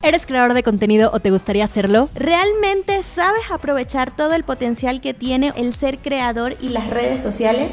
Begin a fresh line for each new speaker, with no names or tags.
¿Eres creador de contenido o te gustaría hacerlo?
¿Realmente sabes aprovechar todo el potencial que tiene el ser creador y las redes sociales?